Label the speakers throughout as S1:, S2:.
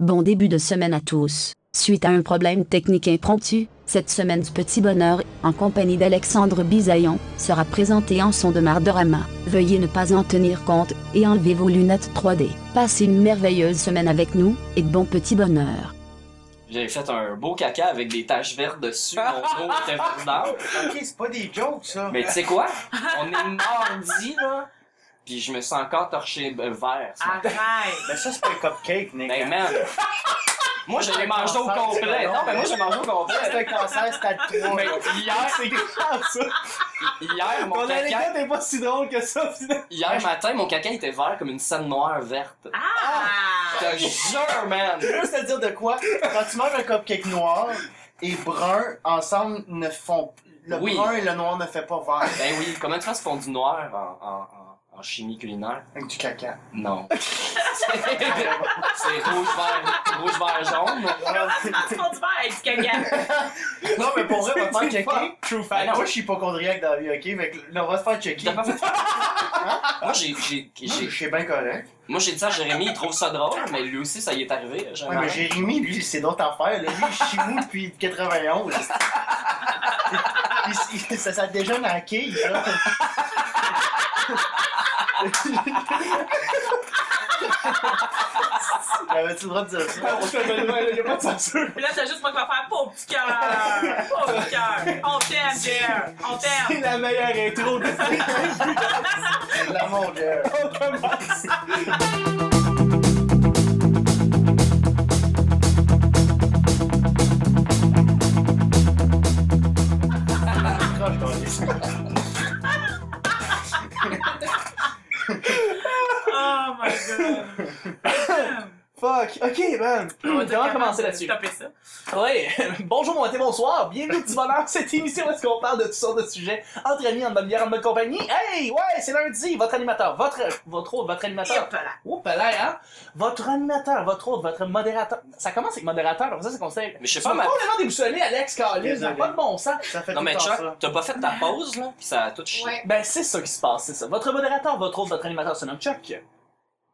S1: Bon début de semaine à tous. Suite à un problème technique impromptu, cette semaine du Petit Bonheur, en compagnie d'Alexandre Bisaillon, sera présentée en son de Mardorama. Veuillez ne pas en tenir compte, et enlevez vos lunettes 3D. Passez une merveilleuse semaine avec nous, et bon Petit Bonheur.
S2: J'avais fait un beau caca avec des taches vertes dessus, mon dos était verdâtre.
S3: Ok, c'est pas des jokes, ça.
S2: Mais tu sais quoi? On est mardi, là, puis je me sens encore torché euh, vert. ce matin.
S4: Arrête!
S3: Mais ça, c'est pas un cupcake, Nick. hein.
S2: Ben, man! Moi, je l'ai mangé au complet. Non, mais moi, j'ai mangé au
S3: C'est un
S2: complet.
S3: cancer, c'est à toi.
S2: Mais hier,
S3: c'est grave, ça.
S2: Hier, mon
S3: Ton
S2: caca,
S3: anecdote est pas si drôle que ça, finalement.
S2: hier matin, mon caca était vert comme une scène noire verte.
S4: Ah!
S2: Je te jure, man!
S3: Je veux juste te dire de quoi. Quand tu manges un cupcake noir et brun, ensemble, ne font. Le
S2: Oui.
S3: brun et le noir ne fait pas vert.
S2: Ben oui, comment tu fais ce fondu noir en, en- en- en chimie culinaire?
S3: Avec du caca.
S2: Non. C'est rouge, vert, rouge, vert, jaune.
S4: Comment tu penses qu'on dit avec du caca?
S3: Non, mais pour vrai, on va te faire checker.
S2: True
S3: Ben non, moi, je suis hypochondriaque dans la vie, ok? Fait que là, on va se faire checker.
S2: T'as pas fait- Moi, j'ai, j'ai,
S3: Je
S2: j'ai-
S3: suis bien correct.
S2: moi, j'ai dit ça à Jérémy, il trouve ça drôle, mais lui aussi, ça y est arrivé.
S3: Ouais, mais Jérémy, lui, c'est d'autres affaires. Là. Lui, il chie mou depuis 91. Il- il- ça, ça déjeune à la quille, là. J'avais-tu le droit de dire ça?
S4: Puis là, t'as juste pas quoi faire. Pauvre petit cœur! Pauvre petit cœur! On t'aime, Jer! On t'aime!
S5: la meilleure intro de
S3: C'est de l'amour, Jer.
S4: Oh my god!
S5: Fuck. Ok, man. On va commencer là-dessus.
S4: Stopper ça.
S5: Ouais. Bonjour, bon matin, bonsoir. Bienvenue au petit bonheur. Cette émission où est-ce qu'on parle de toutes sortes de sujets entre amis, en bonne bière, en bonne compagnie. Hey, ouais, c'est lundi. Votre animateur, votre, votre hôte, votre
S4: Et
S5: animateur.
S4: hop là.
S5: Oups, là, hein. Votre animateur, votre hôte, votre modérateur. Ça commence avec modérateur, comme ça, c'est conseil.
S2: Ah, Mais je sais
S5: Tu
S2: pas,
S5: m'as
S2: ma...
S5: complètement déboussolé, Alex Carlis. Ça n'a
S3: Désolé.
S5: pas de bon sens.
S3: Ça fait
S2: Non,
S3: tout
S2: mais
S3: le temps
S2: Chuck,
S3: ça.
S2: t'as pas fait ta pause, là, pis ça a tout chié.
S6: Ouais.
S5: Ben, c'est ça qui se passe, c'est ça. Votre modérateur, votre hôte, votre animateur se nomme Chuck.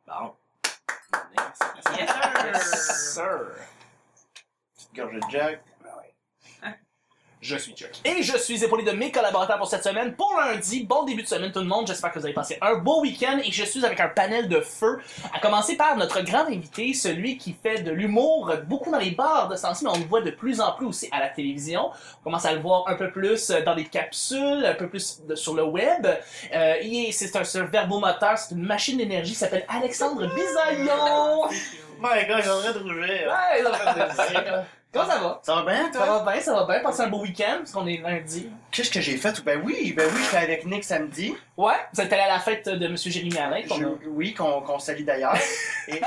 S2: Bon.
S4: Yes, sir.
S5: Sir.
S3: Petite gorgée de Jack.
S5: Je suis Chuck. Et je suis épaulé de mes collaborateurs pour cette semaine. Pour lundi, bon début de semaine tout le monde. J'espère que vous avez passé un beau week-end et je suis avec un panel de feu. À commencer par notre grand invité, celui qui fait de l'humour beaucoup dans les bars de ce temps-ci, mais on le voit de plus en plus aussi à la télévision. On commence à le voir un peu plus dans des capsules, un peu plus de- sur le web. Euh, il est- c'est un, c'est un verbomoteur, c'est une machine d'énergie, il s'appelle Alexandre Bisaillon.
S3: My god, j'ai envie de rougir.
S5: Ouais, ça va plaisir. Comment ça va?
S3: Ça va bien, toi?
S5: Ça va bien, ça va bien. Passez un beau week-end, parce qu'on est lundi.
S3: Qu'est-ce que j'ai fait? Ben oui, ben oui, j'étais avec Nick samedi.
S5: Ouais, vous êtes allé à la fête de Monsieur Jérémy Alain. qu'on a-
S3: Je- oui, qu'on qu'on salue d'ailleurs. Et-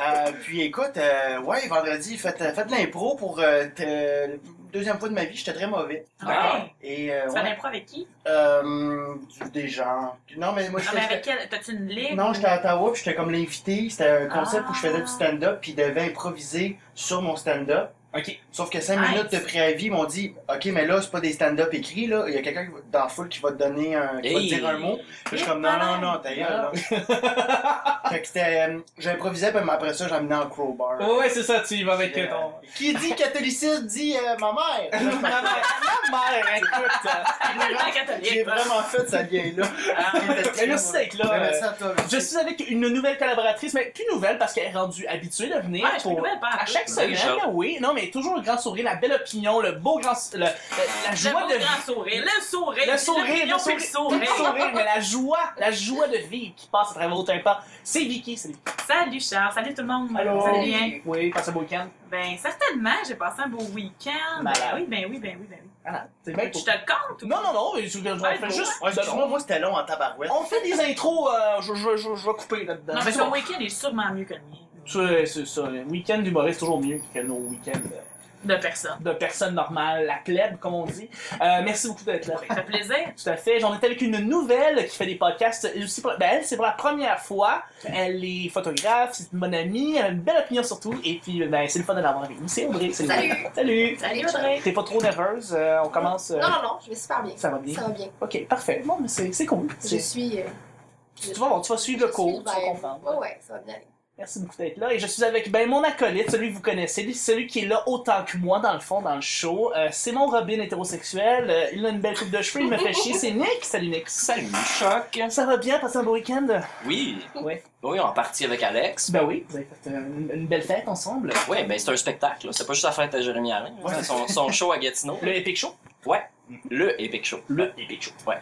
S3: Euh, puis écoute, euh, ouais, vendredi, faites, faites de l'impro pour euh, te- deuxième fois de ma vie, j'étais très mauvais.
S5: Ah,
S4: Ouais.
S3: Et euh,
S4: Tu fais
S3: ouais,
S4: l'impro avec qui?
S3: euh, du- des gens. Non mais moi
S4: Non, mais avec
S3: j'étais.
S4: quelle? T'as-tu une ligue?
S3: Non, j'étais à Ottawa, puis j'étais comme l'invité. C'était un concept où je faisais
S4: Ah.
S3: du stand-up, puis je devais improviser sur mon stand-up.
S5: Ok.
S3: Sauf que cinq
S4: Nice.
S3: minutes de préavis m'ont dit OK, mais là, c'est pas des stand-up écrits, là. Il y a quelqu'un qui va- dans la foule qui va te donner un. qui va te dire un mot. Puis je suis comme, non, non, non, ta gueule, là. fait que c'était. euh, J'improvisais, puis après ça, j'amenais en crowbar.
S5: Ouais, ouais, c'est ça, tu y vas avec
S3: Puis, euh,
S5: ton.
S3: Qui dit catholicisme dit euh, ma mère.
S5: Ma mère, ma mère, écoute. euh,
S4: Ah, t'es pas catholique.
S3: J'ai vraiment fait ce lien-là.
S5: Ah, mais merci d'être là.
S3: Ben,
S5: euh,
S3: Merci à toi.
S5: Je suis avec une nouvelle collaboratrice, mais plus nouvelle parce qu'elle est rendue habituée de venir
S4: Ouais, je suis
S5: pour.
S4: nouvelle, pas
S5: À chaque
S2: Oui,
S5: semaine,
S2: genre.
S5: oui. Non, mais toujours le grand sourire, la belle opinion, le beau grand. le- le- la
S4: Le
S5: joie
S4: beau
S5: de
S4: grand sourire. Le sourire.
S5: Le sourire,
S4: mignon,
S5: le
S4: puis
S5: sourire, le sourire, mais la joie, la joie de vivre qui passe à travers vos tympans. C'est Vicky, salut.
S4: Salut Charles, salut tout le monde.
S5: Allô.
S4: Salut bien.
S5: Oui, passe un beau week-end.
S4: Ben certainement, j'ai passé un beau week-end.
S5: Malade.
S4: Ben oui, ben oui, ben oui, ben oui.
S5: Voilà, c'est bien
S4: Tu
S5: pour-
S4: te le comptes ou
S5: Non, non, non, je, je, je-
S4: Ouais,
S5: on fait
S4: bon,
S5: juste.
S3: Ouais, excuse-moi, moi, c'était long en tabarouette.
S5: On fait des intros, euh, je, je, je, je vais couper là-dedans.
S4: Non, mais
S5: C'est
S4: son
S5: bon.
S4: week-end est sûrement mieux que le mien.
S5: C'est c'est ça, le week-end du Boris, c'est toujours mieux que nos week-ends de,
S4: De personne.
S5: de personnes normales, la plèbe, comme on dit. Euh, merci beaucoup d'être là.
S4: Ça fait plaisir.
S5: Tout à fait. J'en étais avec une nouvelle qui fait des podcasts. Elle aussi, ben, elle, c'est pour la première fois. Elle est photographe, c'est une bonne amie, elle a une belle opinion surtout. Et puis, ben, c'est le fun de l'avoir avec nous. C'est Audrey. c'est le-
S6: Salut.
S5: Salut.
S6: Salut
S4: Salut, Audrey.
S5: T'es pas trop nerveuse. euh, on commence. euh,
S6: Non, non, non, je vais super bien.
S5: Ça va bien.
S6: Ça va bien.
S5: Ok, parfait. Bon, mais c'est c'est cool.
S6: Je
S5: C'est-
S6: suis. euh,
S5: Tu vas voir, tu vas suivre le
S6: je
S5: cours,
S6: suis
S5: tu vas
S6: vers-
S5: comprendre.
S6: Ouais, ouais, ça va bien aller.
S5: Merci beaucoup d'être là. Et je suis avec ben, mon acolyte, celui que vous connaissez, lui, celui qui est là autant que moi, dans le fond, dans le show. Euh, c'est mon Robin hétérosexuel. Euh, il a une belle coupe de cheveux, il me fait chier. C'est Nick. Salut Nick. Euh,
S2: Salut, choc.
S5: Ça va bien? Passez un beau week-end?
S2: Oui.
S5: Oui.
S2: Oui, on est parti avec Alex.
S5: Ben oui, vous avez fait euh, une, une belle fête ensemble.
S2: Oui, ben c'est un spectacle. là. C'est pas juste la fête à Jérémy Alain. là.
S3: Ouais.
S2: C'est Son, son show à Gatineau.
S5: Le Epic Show.
S2: Ouais. Le Epic Show.
S5: Le Epic Show.
S2: Ouais.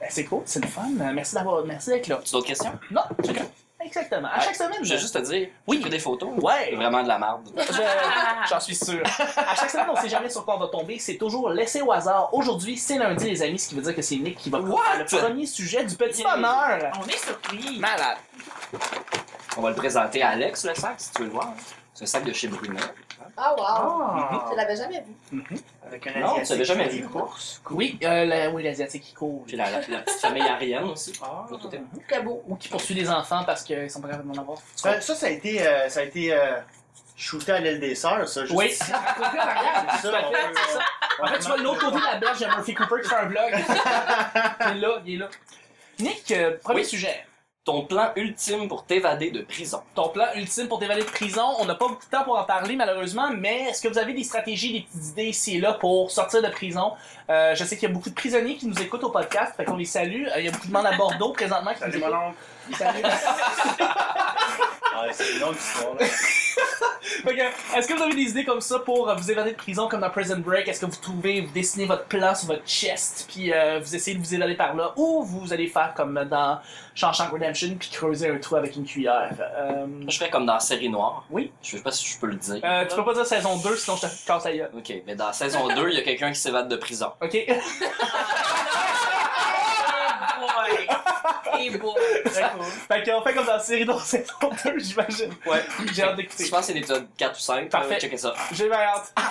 S5: Ben, c'est cool, c'est le fun. Euh, Merci d'avoir, merci d'être là.
S2: Tu as d'autres questions?
S5: Non, c'est tout. Exactement. À chaque semaine,
S2: Je vais juste te dire,
S5: Ah, ben. Oui.
S2: oui. j'ai pris des photos.
S5: Ouais.
S2: Vraiment de la merde.
S5: Je- J'en suis sûr. À chaque semaine, on sait jamais sur quoi on va tomber. C'est toujours laissé au hasard. Aujourd'hui, c'est lundi, les amis, ce qui veut dire que c'est Nick qui va prendre
S2: What?
S5: le premier sujet du petit
S2: Yeah.
S5: bonheur.
S4: On est surpris.
S5: Malade.
S2: On va le présenter à Alex, le sac, si tu veux le voir. C'est un sac de chez Bruno.
S6: Ah, wow!
S5: Ah.
S6: Je l'avais jamais vu.
S3: Mhm. Avec un
S2: Non, tu l'avais jamais
S3: qui fait
S2: vu.
S3: des courses.
S5: Oui, euh, la- oui, l'Asiatique qui court. Ah.
S2: Puis la, la- la petite famille arienne aussi. Tout était-
S6: Très beau.
S5: Ou qui poursuit les enfants parce qu'ils sont pas capables d'en avoir.
S3: Ça, ça, ça a été, euh, ça a été euh, shooté à l'aile des sœurs, ça. juste
S5: Oui.
S3: ici.
S5: Tout à
S3: C'est ça, on
S5: fait.
S3: peut- euh, on
S5: En fait,
S3: peut
S5: tu vois de l'autre côté de la berge, il y a Murphy Cooper qui fait un vlog. il est là, il est là. Nick, euh, premier
S2: Oui.
S5: sujet.
S2: Ton plan ultime pour t'évader de prison.
S5: Ton plan ultime pour t'évader de prison, on n'a pas beaucoup de temps pour en parler malheureusement, mais est-ce que vous avez des stratégies, des petites idées ici et là pour sortir de prison? Euh, je sais qu'il y a beaucoup de prisonniers qui nous écoutent au podcast, fait qu'on les salue. Euh, il y a beaucoup de monde à Bordeaux présentement qui
S3: Salut,
S5: nous
S3: mon
S5: écoutent.
S3: oncle.
S5: Salut.
S3: Ouais, c'est une autre histoire, là.
S5: Fait que, Est-ce que vous avez des idées comme ça pour euh, vous évader de prison comme dans Prison Break? Est-ce que vous trouvez, vous dessinez votre plan sur votre chest, puis euh, vous essayez de vous évader par là, ou vous allez faire comme dans Shawshank Redemption, puis creuser un trou avec une cuillère? Euh,
S2: Moi, je ferais comme dans la série noire.
S5: Oui.
S2: Je sais pas si je peux le dire.
S5: euh, tu peux pas dire saison 2, sinon je te casse la gueule.
S2: Ok, mais dans saison 2, il y a quelqu'un qui s'évade de prison.
S5: OK?
S4: Hey boy. Hey boy.
S5: fait qu'on fait comme dans la série dans saison 2, j'imagine.
S2: Ouais.
S5: J'ai hâte
S2: Je
S5: d'écouter.
S2: pense que c'est l'épisode 4 ou 5.
S5: Parfait.
S2: Checkez ça.
S5: J'ai bien hâte.
S6: Ah,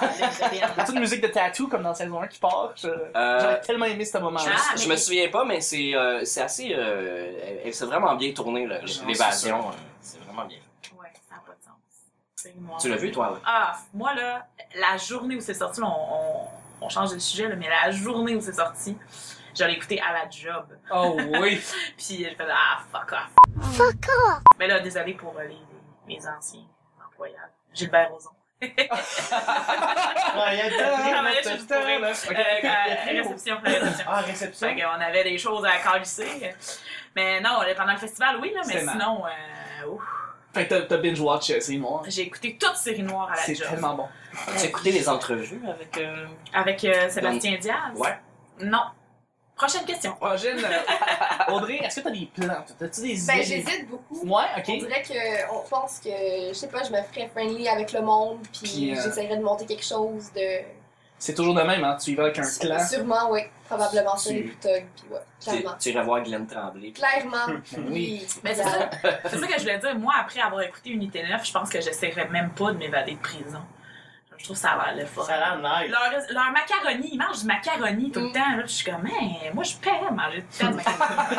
S5: As-tu une musique de tattoo comme dans saison 1 qui part? Je-
S2: Euh,
S5: J'aurais tellement aimé ce
S2: Je
S5: moment-là.
S2: me,
S4: Ah,
S2: je
S4: mais-
S2: me souviens pas, mais c'est euh, c'est assez. euh, elle- elle- c'est vraiment bien tourné, là,
S3: Genre,
S2: l'évasion. euh, C'est vraiment bien.
S4: Ouais, ça n'a pas de sens. C'est noir.
S2: Tu l'as vu, toi, là?
S4: Ah, moi là, la journée où c'est sorti, là, on, on- on change de sujet, là, mais la journée où c'est sorti, je l'ai écouté à la job.
S5: Oh oui!
S4: Puis je faisais Ah, fuck off. Fuck off! Mais là, désolé pour euh, les, les anciens employables. Gilbert Rozon.
S3: Ah, il y a
S2: Euh,
S5: Euh,
S4: Je
S3: le-
S4: travaillais chez du pourri, là. Euh, euh, réception, réception.
S3: Ah, réception.
S4: Fait qu'on avait des choses à calisser. Mais non, pendant le festival, oui, là, mais
S5: C'était mal.
S4: sinon, euh, ouf.
S5: Fait que t'as- t'as binge-watch euh, série noire.
S4: j'ai écouté toute série noire à Ah, la
S5: C'est
S4: job.
S5: tellement bon.
S2: As-tu écouté les entrevues avec. euh,
S4: Avec euh, Sébastien Diaz?
S2: Ouais.
S4: Non. Prochaine question.
S5: Prochaine, euh, Audrey, est-ce que t'as des plans? toi? T'as-tu des
S6: Ben,
S5: idées?
S6: j'hésite beaucoup.
S5: Ouais,
S6: On
S5: ok.
S6: dirait que on pense que, je sais pas, je me ferais friendly avec le monde,
S5: Puis,
S6: puis
S5: euh,
S6: j'essaierais de monter quelque chose de.
S5: C'est toujours de même, hein? Tu y vas avec un
S6: Sû-
S5: plan.
S6: Sûrement, oui. Probablement ça,
S2: Tu-
S6: les putogs, puis ouais,
S2: Tu
S6: clairement.
S2: tu irais voir Glenn Tremblay.
S6: Clairement, oui.
S4: Mais c'est ça, c'est ça que je voulais dire. Moi, après avoir écouté Unité 9, je pense que j'essaierais même pas de m'évader de prison. Je trouve ça a l'air le fun.
S3: Ça a l'air nice.
S4: Leur, leur macaroni, ils mangent du macaroni tout le
S6: Mm.
S4: temps. Là, je suis comme, Hey, moi, je paie à manger tout le temps du macaroni.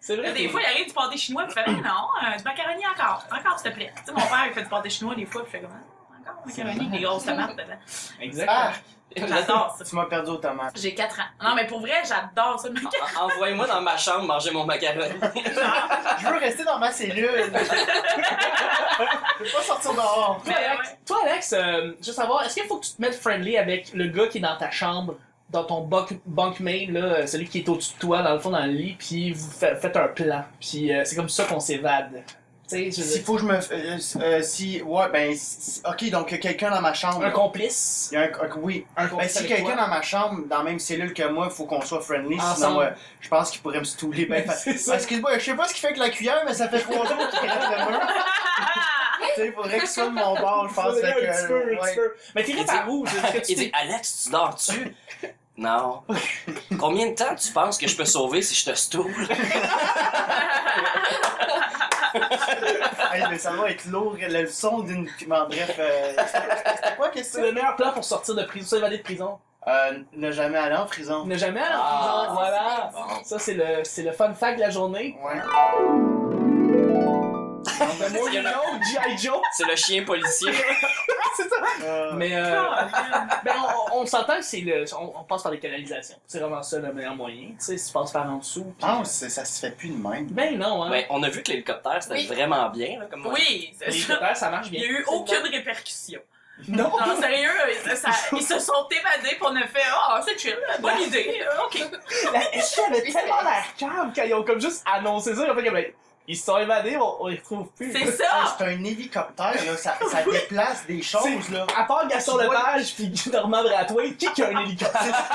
S5: C'est
S4: Là,
S5: vrai.
S4: des fois, il arrive du pâté chinois, puis il fait, Mais non, euh, du macaroni encore, encore, s'il te plaît. Tu sais, mon père, il fait du pâté chinois des fois, puis je fais comme, Ah, encore du macaroni avec des grosses tomates dedans.
S5: Exactement.
S3: Ah,
S4: J'adore ça.
S3: tu m'as perdu au tomate.
S4: J'ai 4 ans. Non, mais pour vrai, j'adore ça, le macaroni.
S2: En- Envoyez-moi dans ma chambre manger mon macaroni.
S3: Je veux rester dans ma cellule. je veux pas sortir dehors.
S5: Toi, Alex, toi, Alex euh, juste savoir, est-ce qu'il faut que tu te mettes friendly avec le gars qui est dans ta chambre, dans ton bunk, bunkmate, là, euh, celui qui est au-dessus de toi, dans le fond, dans le lit, puis vous fa- faites un plan. Puis euh, c'est comme ça qu'on s'évade. Tu sais, je veux
S3: S'il
S5: dire,
S3: faut que je me. euh, euh, si. Ouais, ben. si- ok, donc il y a quelqu'un dans ma chambre.
S5: un complice.
S3: Il y a un- ok, oui.
S5: Un
S3: Ben,
S5: complice.
S3: si
S5: avec
S3: quelqu'un
S5: toi.
S3: dans ma chambre, dans la même cellule que moi, faut qu'on soit friendly, sinon
S5: Ensemble.
S3: euh, je pense qu'il pourrait me stouler. Ben, fa-
S5: C'est ça.
S3: Excuse-moi, je sais pas ce qu'il fait avec la cuillère, mais ça fait trois jours qu'il reste le mur. Tu sais, faudrait qu'il soit de mon bord, je pense.
S5: Faudrait
S3: fait que,
S5: un petit peu, un
S3: ouais.
S5: petit peu. Mais t'irais
S2: Il
S5: par
S2: dit-
S5: où? Je veux dire, que tu
S2: Il dit Alex, tu dors-tu? Non. Combien de temps tu penses que je peux sauver si je te stoule?
S3: Hey, mais ça va être lourd, le son d'une. Bon, bref, euh, c'était quoi, qu'est-ce
S5: C'est
S3: que
S5: le meilleur plan pour sortir de prison, s'évader de prison.
S4: Ah.
S3: c'est? Euh, ne jamais aller en prison.
S5: Ne jamais aller en
S2: Ah,
S5: prison, voilà. Ça, c'est le, c'est le fun fact de la journée.
S3: Ouais.
S4: Ah,
S5: Le mot, il y a G.I. Joe.
S2: C'est le chien policier.
S5: c'est ça.
S3: Euh,
S5: Mais euh,
S4: Ah,
S5: ben, on, on s'entend que c'est le, on, on passe par des canalisations. C'est vraiment ça le meilleur moyen. Tu sais, si tu passes par en dessous.
S3: Je
S5: pis-
S3: pense que ça se fait plus de même.
S5: Ben non, hein.
S2: Ben, on a vu que l'hélicoptère, c'était
S6: Oui.
S2: vraiment bien, là, comme
S4: Oui, c'est
S5: Les
S4: ça.
S5: critères, ça marche
S4: Il n'y a
S5: bien.
S4: eu aucune répercussion.
S5: Non,
S4: Non, sérieux, ils, ça- ils se sont évadés pour on a fait Ah, c'est chill, bonne idée, euh, ok.
S5: la SQ avait tellement l'air calme quand ils ont comme juste annoncé ça. Ils ont fait comme, ben, ils se sont évadés, on, on les retrouve plus.
S4: C'est
S3: Hey,
S4: ça!
S3: Ah, C'est un hélicoptère, là, ça, ça déplace des choses,
S5: Ah! C'est-
S3: là.
S5: À part Gaston
S3: Tu vois-
S5: Lepage pis Normand Bratouille, qui qui a un hélicoptère?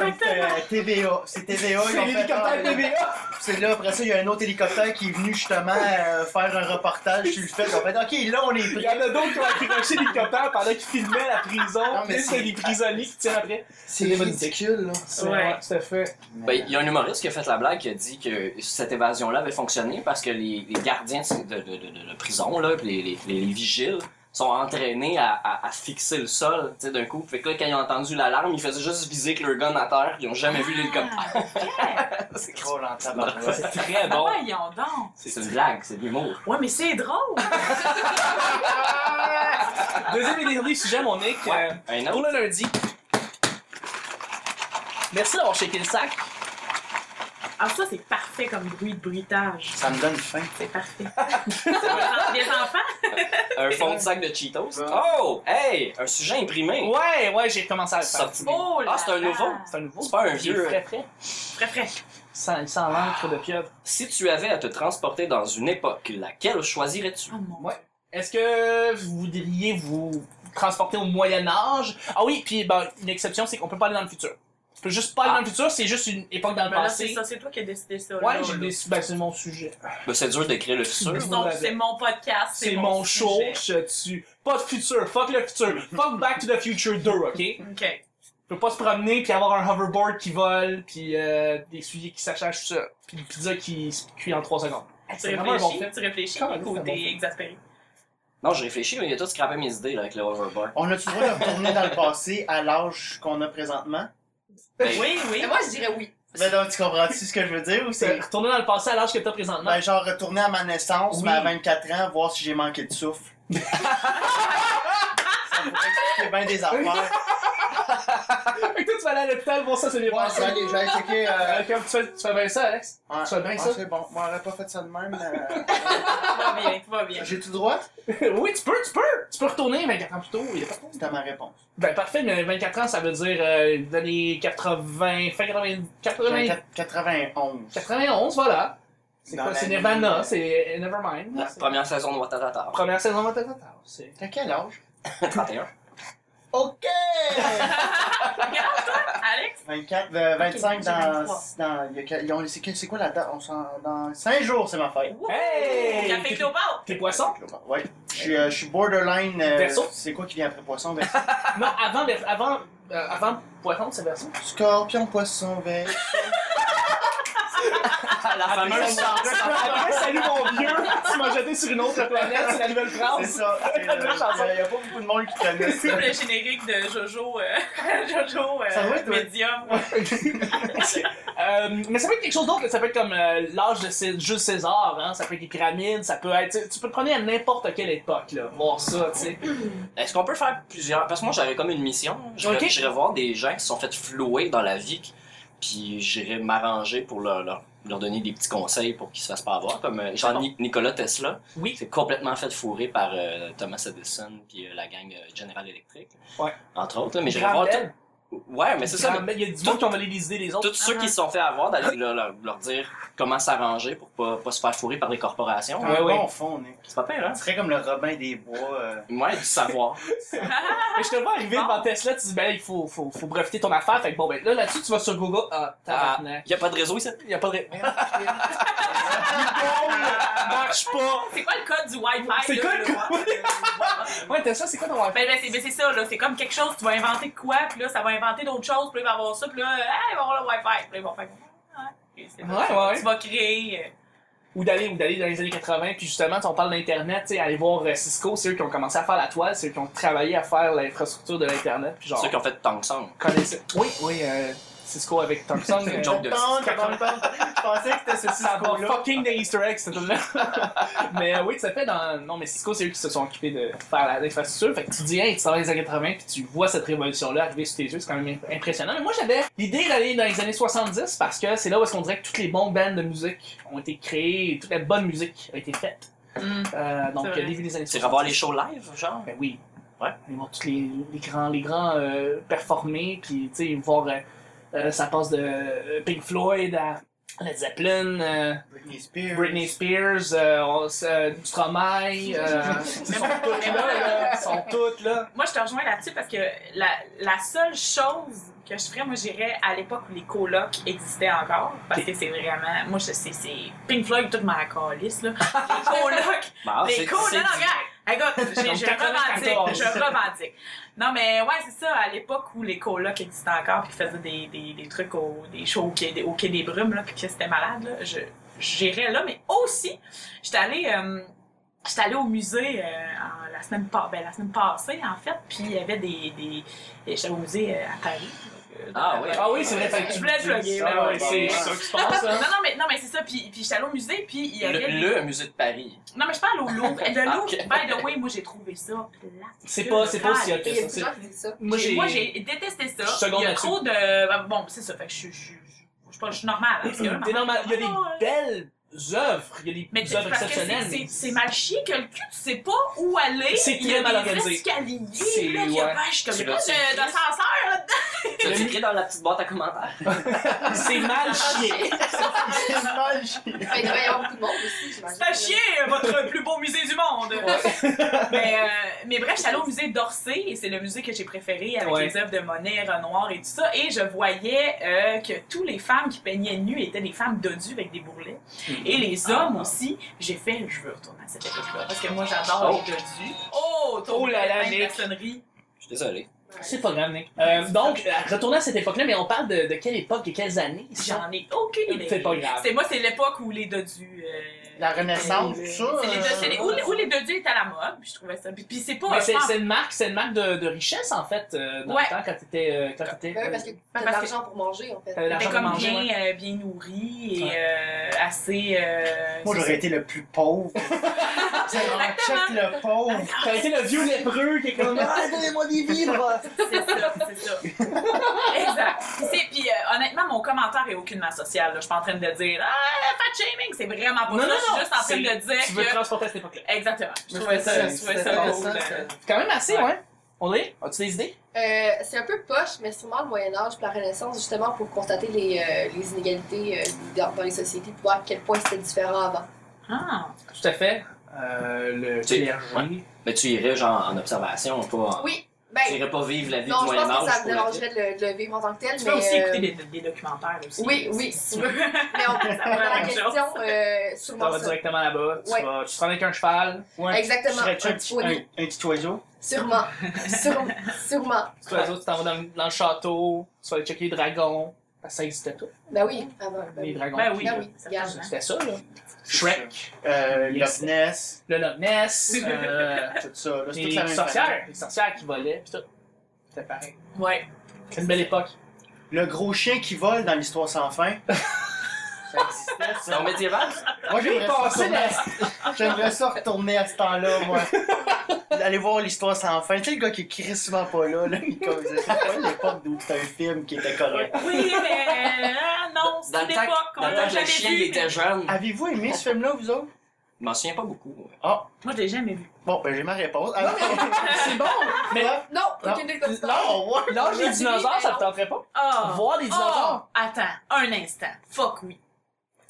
S4: Ouais,
S3: C'est euh, TVA. C'est TVA, ils
S5: Ah, C'est
S3: ont fait
S5: l'hélicoptère
S3: ah,
S5: TVA!
S3: C'est là, après ça, il y a un autre hélicoptère qui est venu justement euh, faire un reportage sur le fait. Ils ont fait, OK, là, on est
S5: Il
S3: prêt.
S5: y en a d'autres qui ont accroché l'hélicoptère pendant qu'ils filmaient la prison,
S3: Non, mais
S5: mais c'est
S3: c'est-
S5: les prisonniers qui tirent après.
S3: C'est
S5: des bonnes
S3: ridicule, là.
S5: C'est-
S4: Ouais.
S5: tout à fait.
S2: Ben, il y a un humoriste qui a fait la blague qui a dit que cette évasion-là avait fonctionné parce que les, les gardiens de, de, de, de- de prison, là, puis les, les, les- les vigiles, sont entraînés à, à- à fixer le sol tu sais, d'un coup. Fait que là, quand ils ont entendu l'alarme, ils faisaient juste viser avec leur gun à terre. Ils ont jamais
S4: Ah,
S2: vu l'hélicoptère. Oh.
S3: C'est drôle en
S5: Ça,
S3: tabarouette.
S5: Ah. C'est très bon.
S4: Voyons donc!
S2: C'est une blague, c'est de l'humour.
S4: Ouais, mais c'est drôle!
S5: Deuxième et dernier sujet, mon Nick. euh,
S2: Un
S5: pour
S2: autre.
S5: le lundi. Merci d'avoir checké le sac.
S4: Alors, Ah, ça, c'est parfait comme bruit de bruitage.
S3: Ça me donne faim.
S4: C'est parfait. Les enfants?
S2: Un fond de sac de Cheetos.
S3: Ouais.
S2: Oh! Hey! Un sujet imprimé.
S5: Ouais, ouais, j'ai commencé à le faire.
S2: Sorti.
S4: Oh là
S2: Ah, c'est un
S4: là.
S2: nouveau?
S5: C'est un nouveau.
S2: C'est pas un
S5: Il est
S2: vieux.
S5: Frais, frais.
S4: Très frais.
S5: Sans, sans l'encre de pieuvre.
S2: Si tu avais à te transporter dans une époque, laquelle choisirais-tu?
S4: Oh mon
S5: Ouais. Est-ce que vous voudriez vous transporter au Moyen-Âge? Ah oui, puis ben, une exception, c'est qu'on peut pas aller dans le futur. Tu peux juste pas aller
S2: Ah.
S5: dans le futur, c'est juste une époque dans
S4: Ben
S5: le
S4: là,
S5: passé.
S4: c'est ça, c'est toi qui as décidé ça. là,
S5: Ouais, j'ai
S4: là.
S5: des... ben, c'est mon sujet.
S2: Ben, c'est dur d'écrire le futur.
S4: Donc, c'est mon podcast.
S5: C'est mon show,
S4: sujet.
S5: je tue. Pas de futur, fuck le futur. Fuck Back to the Future 2, ok? Tu
S4: Ok.
S5: peux pas se promener puis avoir un hoverboard qui vole, puis euh, des sujets qui s'achèchent, tout ça. Puis une pizza qui se cuit en 3 secondes.
S4: Tu
S5: Ah, C'est vraiment un bon
S4: réfléchis,
S5: film.
S4: tu réfléchis,
S5: Quand même, c'est
S4: ou
S5: un bon
S4: t'es
S5: film.
S4: exaspéré.
S2: Non, je réfléchis, mais il y a tout scrappé mes idées là, avec le hoverboard.
S3: On a-tu le droit de retourner dans le passé à l'âge qu'on a présentement?
S2: Ben,
S4: Oui, oui.
S6: Mais moi, je dirais oui.
S3: Ben donc, tu comprends-tu ce que je veux dire ou c'est.
S5: C'est retourner dans le passé à l'âge que t'as présentement.
S3: Ben genre retourner à ma naissance,
S5: Oui.
S3: mais à 24 ans, voir si j'ai manqué de souffle. ça pourrait expliquer bien des affaires.
S5: Fait que toi, tu vas aller à l'hôpital, bon, ça, c'est les
S3: Ouais, je vais
S5: vacances.
S3: aller, je vais aller checker.
S5: Euh,
S3: Euh...
S5: comme tu, fais, tu fais bien ça, Alex?
S3: Ouais,
S5: Tu fais bien
S3: ouais,
S5: ça?
S3: c'est bon. Moi, j'aurais pas fait ça de même. euh,
S4: Tout va bien, tout va bien.
S3: J'ai tout droit?
S5: oui, tu peux, tu peux! Tu peux retourner 24 ans plus tôt, il y a pas de problème.
S3: C'était ma réponse.
S5: Ben parfait, mais 24 ans, ça veut dire euh, donner 80, fin 80,
S3: J'ai
S5: 80,
S3: un quat- 91.
S5: 91, voilà. C'est
S3: Dans
S5: quoi?
S3: la
S5: C'est
S3: nuit.
S5: Nirvana, c'est euh, Nevermind.
S2: la
S5: C'est-
S2: première saison de Watatata.
S5: Première saison de Matata. C'est
S3: T'as quel âge?
S2: 31.
S3: OK!
S4: Regarde, toi, Alex.
S3: 24, euh, 25
S4: j'ai
S3: dans.
S4: 23.
S3: dans il y a quel- ils ont- c'est que- C'est quoi la date? On s'en- Dans 5 jours, c'est ma fête.
S5: Hey!
S4: Café Clopard.
S5: tes poissons?
S3: Ouais. Je suis, euh, je suis borderline. euh,
S5: Verso?
S3: C'est quoi qui vient après poisson? Verso?
S5: Non, avant, vers- avant, euh, avant poisson, c'est version.
S3: Scorpion, poisson, verso.
S2: La fameuse
S5: Après, salut mon vieux, tu m'as jeté sur une autre planète, c'est la nouvelle
S3: C'est
S5: phrase.
S3: ça. Il n'y a, pas beaucoup de monde qui connaît
S4: C'est comme
S3: ça.
S4: le générique de Jojo, euh, Jojo euh,
S3: Ça doit être-
S4: Medium.
S5: Euh, mais ça peut être quelque chose d'autre, ça peut être comme euh, l'âge de Cé- Jules César, hein, ça peut être les pyramides, ça peut être. tu sais, Tu peux te prendre à n'importe quelle époque, là, voir ça, tu sais.
S2: Est-ce qu'on peut faire plusieurs Parce que moi, j'aurais comme une mission. J'irais
S5: Ok.
S2: j'irais voir des gens qui se sont fait flouer dans la vie, qui- puis j'irais m'arranger pour leur, leur, leur donner des petits conseils pour qu'ils se fassent pas avoir. Comme euh, genre Ni- Nikola Tesla,
S5: Oui.
S2: qui s'est complètement fait fourrer par euh, Thomas Edison, puis euh, la gang euh, General Electric.
S5: Ouais.
S2: Entre autres, là, mais j'irais
S5: Graham
S2: voir.
S5: Bell.
S2: tout- Ouais, mais c'est ça.
S5: Graham Bell, Il y a du monde qui ont volé les idées des autres.
S2: Tous ceux qui se sont fait avoir, d'aller leur, leur- leur dire comment s'arranger pour pas, pas se faire fourrer par les corporations.
S5: Ouais,
S3: un
S5: ouais.
S3: Ah bon fond, Nick.
S2: C'est pas pire, hein?
S3: Tu serais comme le Robin des Bois. euh.
S2: Ouais, du savoir.
S5: Mais je te vois arriver
S2: Ah.
S4: Bon.
S5: devant Tesla, tu dis, ben, il faut, faut, faut breveter ton affaire. Fait que bon, ben, là, là-dessus, tu vas sur Google. Ah, tabarnak.
S2: Il y a pas de réseau ici.
S5: Il y a pas de. ré- Merde. Marche pas!
S4: C'est quoi le code du Wi-Fi?
S5: C'est
S4: là,
S5: quoi le
S4: je veux
S5: code?
S4: voir.
S5: Ouais, Tesla, c'est quoi ton affaire?
S4: Ben, ben, c'est, ben, c'est ça, là. C'est comme quelque chose, tu vas inventer de quoi, puis là, ça va inventer d'autres choses, puis là, il va avoir ça, puis là, ah, il va avoir le Wi-Fi. Puis là, ils vont faire. ah, ouais, c'est bon.
S5: Ouais, ouais, ouais.
S4: Tu vas créer. euh,
S5: Ou d'aller, ou d'aller dans les années 80, puis justement, tu sais, on parle d'Internet, tu sais, aller voir euh, Cisco, c'est eux qui ont commencé à faire la toile, c'est eux qui ont travaillé à faire l'infrastructure de l'Internet, puis genre.
S2: Ceux qui ont fait Tang Song.
S5: connaissez. Oui, oui, euh, Cisco avec Tom Song.
S2: C'est une
S5: euh,
S2: joke de
S3: Tant, tant, tant. Je pensais que c'était ce
S5: ça va
S3: Cisco-là.
S5: fucking des Easter eggs, cette là mais euh, oui, ça fait dans. Non, mais Cisco, c'est eux qui se sont occupés de faire la- l'infrastructure. Fait que tu dis, hey, tu sors dans les années 80 puis tu vois cette révolution-là arriver sous tes yeux, c'est quand même impressionnant. Mais moi, j'avais l'idée d'aller dans les années 70 parce que c'est là où est-ce qu'on dirait que toutes les bonnes bandes de musique ont été créées et toute la bonne musique a été faite.
S4: Hum.
S5: Euh, donc,
S4: C'est vrai.
S5: début des années 70.
S2: C'est revoir les shows live, genre?
S5: Ben oui.
S2: Ouais.
S5: Aller voir tous les, les grands, les grands euh, performer, puis tu sais, voir euh, euh, ça passe de euh, Pink Floyd à Led Zeppelin, euh,
S3: Britney Spears.
S5: Britney Spears, euh, on s- euh, Stromae, euh, ils sont toutes là, là, ils sont toutes là.
S4: Moi, je te rejoins là-dessus parce que la, la seule chose que je ferais, moi, j'irais à l'époque où les colocs existaient encore. Parce que c'est vraiment. Moi, je- c'est c'est Pink Floyd, toute ma calice, là. Les colocs.
S5: Ah,
S2: Bah,
S4: les
S2: c'est-
S4: colocs.
S2: c'est
S4: Non, non,
S2: du-
S4: regarde. Regarde, j'ai-
S5: Donc,
S4: je
S5: 94.
S4: romantique. Je romantique. Non, mais ouais, c'est ça. À l'époque où les colocs existaient encore puis qu'ils faisaient des, des, des trucs au, des shows au Quai, des- au Quai des Brumes, là, puis que c'était malade, là, je- j'irais là. Mais aussi, j'étais allée. euh, J'étais allée au musée euh, en- la, semaine pas, ben, la semaine passée, en fait, puis il y avait des. des et J'étais au musée euh, à Paris. donc, euh,
S2: Ah oui.
S5: Ah oui, c'est vrai, fait que
S4: Je voulais plugger,
S5: Ah
S4: ben
S5: ouais,
S4: oui.
S5: c'est ça qui se passe.
S4: Non,
S5: hein.
S4: non, mais, non, mais c'est ça. Puis, puis j'étais allée au musée, puis il y avait.
S2: Le, le musée de Paris.
S4: Non, mais je parle au Louvre. Le Louvre,
S2: Ok.
S4: by the way, moi j'ai trouvé ça plate.
S5: C'est pas, c'est pas aussi hot
S6: Il y
S5: que
S6: a des
S5: ça.
S6: gens qui disent ça.
S5: Moi,
S4: Moi
S5: j'ai.
S4: j'ai détesté ça.
S5: Je seconde
S4: Il y a
S5: là-dessus.
S4: trop de. ben, Bon, c'est ça, fait que je suis. Je, suis- je, suis pas- je suis normale. hein, parce que là,
S5: T'es normal, il y a
S4: non, euh,
S5: des belles œuvres, il y a
S4: Mais
S5: des
S4: tu parce
S5: œuvres
S4: que c'est- c'est
S5: exceptionnelles.
S4: c'est mal chié que le cul, tu sais pas où aller.
S5: C'est
S4: Il y a
S5: très mal
S4: des
S5: organisé.
S4: escaliers,
S5: C'est-
S4: là, il y a
S5: ouais.
S4: ben, je suis comme,
S2: C'est
S4: il y a pas
S2: là,
S4: de-
S2: c'est-
S4: d'ascenseur là-dedans.
S2: Tu l'as écrit dans la petite boîte à commentaires?
S5: C'est
S4: Ah,
S5: mal chié.
S3: C'est mal chier.
S6: Enfin, Ben, il devrait y avoir beaucoup de monde aussi, j'imagine.
S4: C'est à chier, euh, votre plus beau musée du monde. mais, euh, mais bref, je suis allée au musée d'Orsay et c'est le musée que j'ai préféré avec
S5: Ouais.
S4: les œuvres de Monet, Renoir et tout ça. Et je voyais euh, que tous les femmes qui peignaient nues étaient des femmes dodues avec des bourrelets.
S5: Hmm.
S4: Et les
S5: Ah.
S4: hommes aussi. J'ai fait, je veux retourner à cette époque-là parce que moi j'adore
S5: Oh.
S4: les dodus. Oh,
S5: Oh là là,
S4: une
S5: Nick.
S4: maçonnerie.
S2: Je suis désolé.
S5: C'est pas grave, Nick. Euh, donc, euh, retournons à cette époque-là, mais on parle de, de quelle époque et quelles années? ça?
S4: J'en ai aucune idée.
S5: C'est pas grave.
S4: C'est moi, c'est l'époque où les dodus. euh,
S3: La Renaissance, tout ça.
S4: c'est les deux- c'est les- où,
S3: euh,
S4: où les dodus étaient à la mode, puis je trouvais ça. Puis, puis c'est pas.
S5: Mais
S4: je
S5: c'est
S4: pense-
S5: c'est une marque, c'est une marque de, de richesse en fait euh, dans
S4: Ouais.
S5: le temps quand t'étais euh, quand t'étais
S6: Ben oui, parce que t'as de
S4: Parce que-
S6: l'argent pour manger, en fait.
S5: T'as de
S4: T'es
S5: l'argent
S4: comme
S5: pour manger,
S4: bien, euh, bien nourri et
S5: Ouais.
S4: euh, assez. euh,
S3: Moi,
S4: c'est
S3: j'aurais été le plus pauvre. C'est vraiment check le pauvre.
S5: T'as été le vieux lépreux qui est comme ah donnez-moi des vivres.
S4: ça, C'est ça, c'est ça. exact. Puis c'est- Puis euh, honnêtement, mon commentaire est aucunement social. là. Je suis pas en train de dire Ah, fat shaming, c'est vraiment pas
S5: Non,
S4: ça.
S5: non,
S4: je suis
S5: non,
S4: juste en train de
S5: tu veux te
S4: dire que.
S5: transporter à cette époque-là.
S4: Exactement. Je
S3: Mais
S4: trouvais
S3: c'est-
S4: ça, je
S3: c'est
S4: trouvais ça
S3: intéressant,
S4: drôle. euh.
S3: ça.
S5: C'est quand même assez
S4: Ouais.
S5: ouais. On est? As-tu des idées?
S6: Euh, c'est un peu poche, mais sûrement le Moyen-Âge puis la Renaissance, justement, pour constater les, euh, les inégalités euh, dans, dans les sociétés, pour voir à quel point c'était différent avant.
S4: Ah,
S5: Tout à fait. Euh, le
S2: Tu-
S5: clergé.
S2: ouais. Mais tu irais genre en observation, pas en-
S6: Oui,
S2: Tu
S6: ben,
S2: irais pas vivre la vie
S6: non,
S2: du
S6: je pense que
S2: Moyen-Âge
S6: ça
S2: pour
S6: me
S2: le dire.
S6: dérangerait de le, de le vivre en tant que tel,
S4: tu
S6: mais,
S4: peux aussi
S6: euh,
S4: écouter des, des documentaires aussi.
S6: Oui, oui,
S4: Si
S6: si
S4: tu
S6: tu
S4: veux.
S6: mais on peut
S4: la
S6: la
S4: même
S6: question, euh,
S5: T'en
S6: sûrement
S5: vas
S6: ça.
S5: directement là-bas. Tu
S6: Ouais.
S5: vas, tu te rends avec un cheval. ou un petit
S6: Exactement,
S5: serais-tu
S6: un
S5: un
S6: petit
S5: petit-
S6: poney.
S3: Un petit oiseau.
S6: Sûrement, sûrement, sûrement.
S5: oiseau, tu t'en vas dans, dans le château. Tu vas aller checker les dragons. Parce que ça existait tout.
S6: Ben oui, avant. Ben
S5: Les
S6: oui.
S5: dragons.
S4: Ben oui,
S6: Ben oui,
S4: certainement.
S6: regarde.
S5: C'était ça là. Shrek,
S3: Euh,
S5: Yes.
S3: Loch Ness.
S5: le Loch Ness, euh,
S3: Tout ça. là, C'est toute la
S5: les
S3: même
S5: sorcières,
S3: famille.
S5: les sorcières qui volaient pis tout. C'était pareil.
S4: Ouais.
S5: C'est une belle époque.
S3: Le gros chien qui vole dans l'histoire sans fin. Ça existait, ça.
S2: Non, médiéval?
S5: Ah,
S3: Moi, j'aimerais ça,
S5: Passé
S3: retourner à- j'aimerais ça retourner à ce temps-là, moi. Aller voir l'histoire sans fin. Tu sais, le gars qui est crissement pas là, là, il comme c'est pas l'époque d'où c'était un film qui était correct.
S4: Oui, mais. euh, non, c'est
S2: Dans
S4: une
S2: le temps
S4: époque
S2: que-
S4: qu'on
S2: dans le temps
S4: l'a
S2: que le
S4: jamais
S2: chien
S4: vu.
S2: il était jeune,
S3: Avez-vous aimé ce film-là, vous autres?
S2: je m'en souviens pas beaucoup.
S4: Moi, je l'ai jamais vu.
S3: Bon, ben j'ai ma réponse. Alors,
S5: C'est bon! Mais
S6: Non, aucune idée de quoi tu parles.
S3: là, on voit.
S5: l'âge des dinosaures, ça te tenterait pas?
S4: Ah!
S5: Voir des dinosaures!
S4: Ah! attends, un instant. Fuck oui.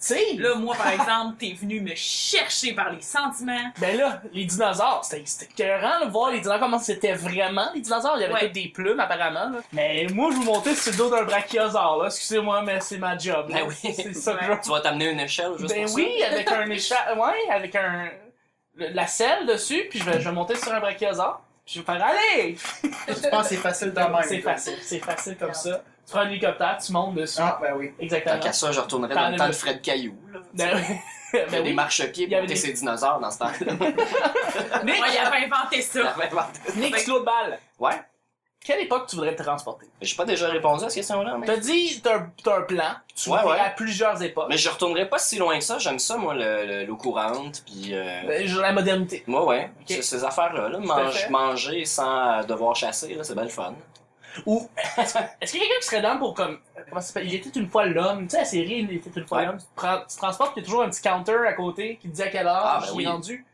S5: Tu sais, là,
S4: Là, moi, par exemple, t'es venu me chercher par les sentiments.
S5: ben là, les dinosaures, c'était c'était écœurant de voir les dinosaures, comment c'était vraiment les dinosaures. Il y avait
S4: Ouais.
S5: toutes des plumes, apparemment. là. Mais moi, je vous montais sur le dos d'un brachiosaure, là. Excusez-moi, mais c'est ma job. là.
S2: Ben oui.
S5: C'est ça que
S4: Ouais.
S5: je
S2: Tu vas t'amener une échelle juste
S5: Ben
S2: pour
S5: oui, avec un écha... Ouais, avec un. le- La selle dessus, puis je vais, je vais monter sur un brachiosaure. puis Je vais faire aller!
S3: Je pense que c'est facile dans même.
S5: C'est
S3: quoi.
S5: facile, c'est facile comme ça. Tu prends un hélicoptère, tu montes dessus.
S3: Ah, ben oui.
S2: ça. Tant
S5: Exactement.
S2: qu'à ça, je retournerais
S5: T'en
S2: dans le temps
S5: avais-
S2: de Fred Caillou. Là.
S5: Ben,
S2: Il y a
S5: ben
S2: des
S5: oui.
S2: marchepieds
S5: Il y
S2: pour
S5: avait
S2: monter
S5: des-
S2: ses dinosaures dans ce temps-là.
S5: Nick,
S4: Moi, il avait inventé ça.
S2: J'avais inventé-
S5: Nick, l'autre balle.
S2: ouais.
S5: quelle époque tu voudrais te transporter?
S2: J'ai pas déjà répondu à cette question-là. mais-
S5: T'as dit, t'as un, t'as un plan, tu
S2: Ouais,
S5: vas
S2: ouais.
S5: à plusieurs époques.
S2: Mais je retournerai pas si loin que ça. J'aime ça, moi, le- le- l'eau courante, puis... euh,
S5: Euh, je- la modernité.
S2: Moi, ouais.
S5: Ok.
S2: C- Ces affaires-là, là, mange-
S5: fait.
S2: manger sans euh, devoir chasser, là, c'est bien le fun.
S5: Ou est-ce qu'il y a quelqu'un qui serait dans pour comme euh, comment ça s'appelle Il était une fois l'homme, tu sais la série Il était une fois
S2: Ouais.
S5: l'homme. Tu, te prends- tu te transportes, puis il y a toujours un petit counter à côté qui te dit à quelle heure
S2: Ah, ben
S5: je suis
S2: oui.
S5: rendu.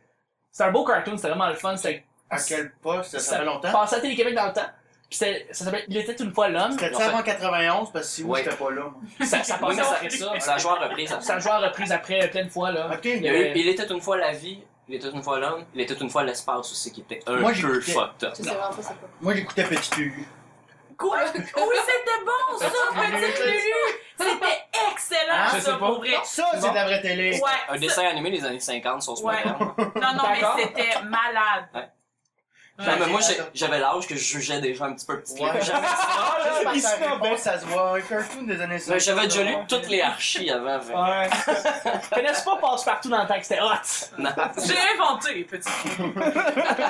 S5: C'est un beau cartoon, c'était vraiment le fun. C'était
S3: À quel poste Ça,
S5: Ça-
S3: fait longtemps.
S5: passé à Télé Québec dans le temps. Puis c'était- ça s'appelle Il était une fois l'homme.
S3: C'était
S2: en fait-
S3: avant 91 parce que si oui,
S2: Ouais.
S3: j'étais pas là. moi.
S5: Ça, ça
S2: Oui,
S5: passait
S2: mais ça-
S5: après ça. hein.
S2: Ça joue à reprise. après.
S5: Ça joue à reprise après euh, plein de fois là.
S3: Ok.
S2: Il, y a eu, il était une fois la vie, il était une fois l'homme, il était une fois l'espace aussi qui était un
S3: Moi,
S2: peu
S3: j'écoutais-
S2: fucked up.
S6: Je sais vraiment pas c'est quoi.
S3: Moi, j'écoutais Petit U.
S4: Quoi? Oui, c'était bon, ça, petite Lulu! C'était excellent,
S3: Hein?
S5: Ah, Je sais
S4: ça,
S5: pas.
S4: pour vrai.
S3: Ça, c'est
S5: Bon.
S3: de la vraie télé.
S4: Ouais,
S2: Un
S4: ça-
S2: dessin animé des années 50 sur ce
S4: Ouais.
S2: moderne.
S4: non, non,
S5: D'accord.
S4: mais c'était malade.
S2: Ouais.
S4: Ouais.
S2: Non, mais moi, j'ai-
S3: Attends.
S2: j'avais l'âge que je jugeais des gens un petit peu petits.
S3: Ouais.
S2: J'avais-
S3: Juste
S5: là,
S3: parce
S5: il
S3: que
S5: se
S3: la
S5: met en
S3: réponse, ça se voit. Un cartoon des années 50.
S2: Mais J'avais déjà lu toutes les archives avant. fait-
S5: Ouais. Connaissent pas passe partout dans le temps que c'était hot.
S2: Non.
S4: J'ai inventé, petit.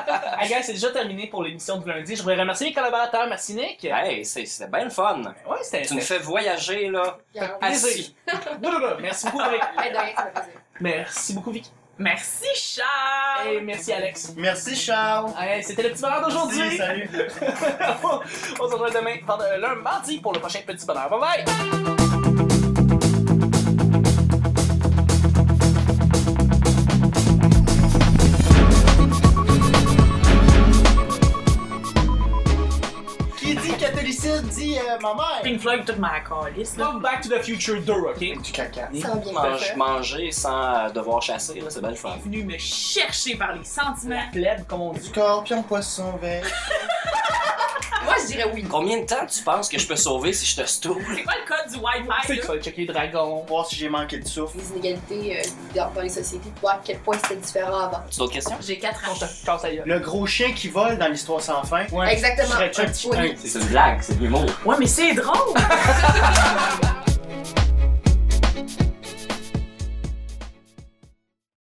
S5: Ah, gars, c'est déjà terminé pour l'émission du lundi. Je voudrais remercier les collaborateurs. Merci Nick. Ouais,
S2: Hey, c'est- c'était bien le fun.
S5: c'était.
S2: Tu nous
S5: c'était-
S2: fais voyager, là,
S6: Regarde.
S5: Plaisir.
S2: assis.
S5: Merci beaucoup. Eric.
S6: Mais de rien, ça me fait plaisir.
S5: Merci beaucoup Vicky.
S4: Merci, Charles!
S5: Et merci Alex.
S3: Merci, Charles.
S5: Hey, C'était le petit bonheur
S3: Merci,
S5: d'aujourd'hui.
S3: Salut.
S5: On se retrouve demain, vend- euh, lundi, mardi pour le prochain petit bonheur. Bye bye.
S3: Qui dit catholicisme dit euh, ma mère.
S4: Pink Floyd, toute ma calice, là.
S5: Welcome back to the future 2, ok?
S3: Du caca.
S6: Ça va bien.
S2: Mange- manger sans euh, devoir chasser, là, c'est bien le fun.
S4: Venu me chercher par les sentiments.
S5: Pleb, comme on dit.
S3: Du scorpion poisson vert.
S6: Moi, je dirais oui.
S2: Combien de temps tu penses que je peux sauver si je te stoule?
S4: C'est quoi le code du
S5: Tu sais
S4: Wi-Fi,
S5: que
S4: là?
S5: tu vas checker Dragon.
S3: Voir si j'ai manqué de souffle.
S6: Les inégalités euh, dans, dans les sociétés, de voir à quel point c'était différent avant.
S2: D'autres questions?
S4: J'ai 4 ans.
S5: Je te casse la gueule.
S3: Le gros chien qui vole dans l'histoire sans fin.
S5: Ouais.
S6: Exactement.
S3: Serais-tu un
S6: Un
S3: petit
S6: oui.
S2: C'est une blague, c'est de l'humour.
S4: Ouais, mais c'est drôle!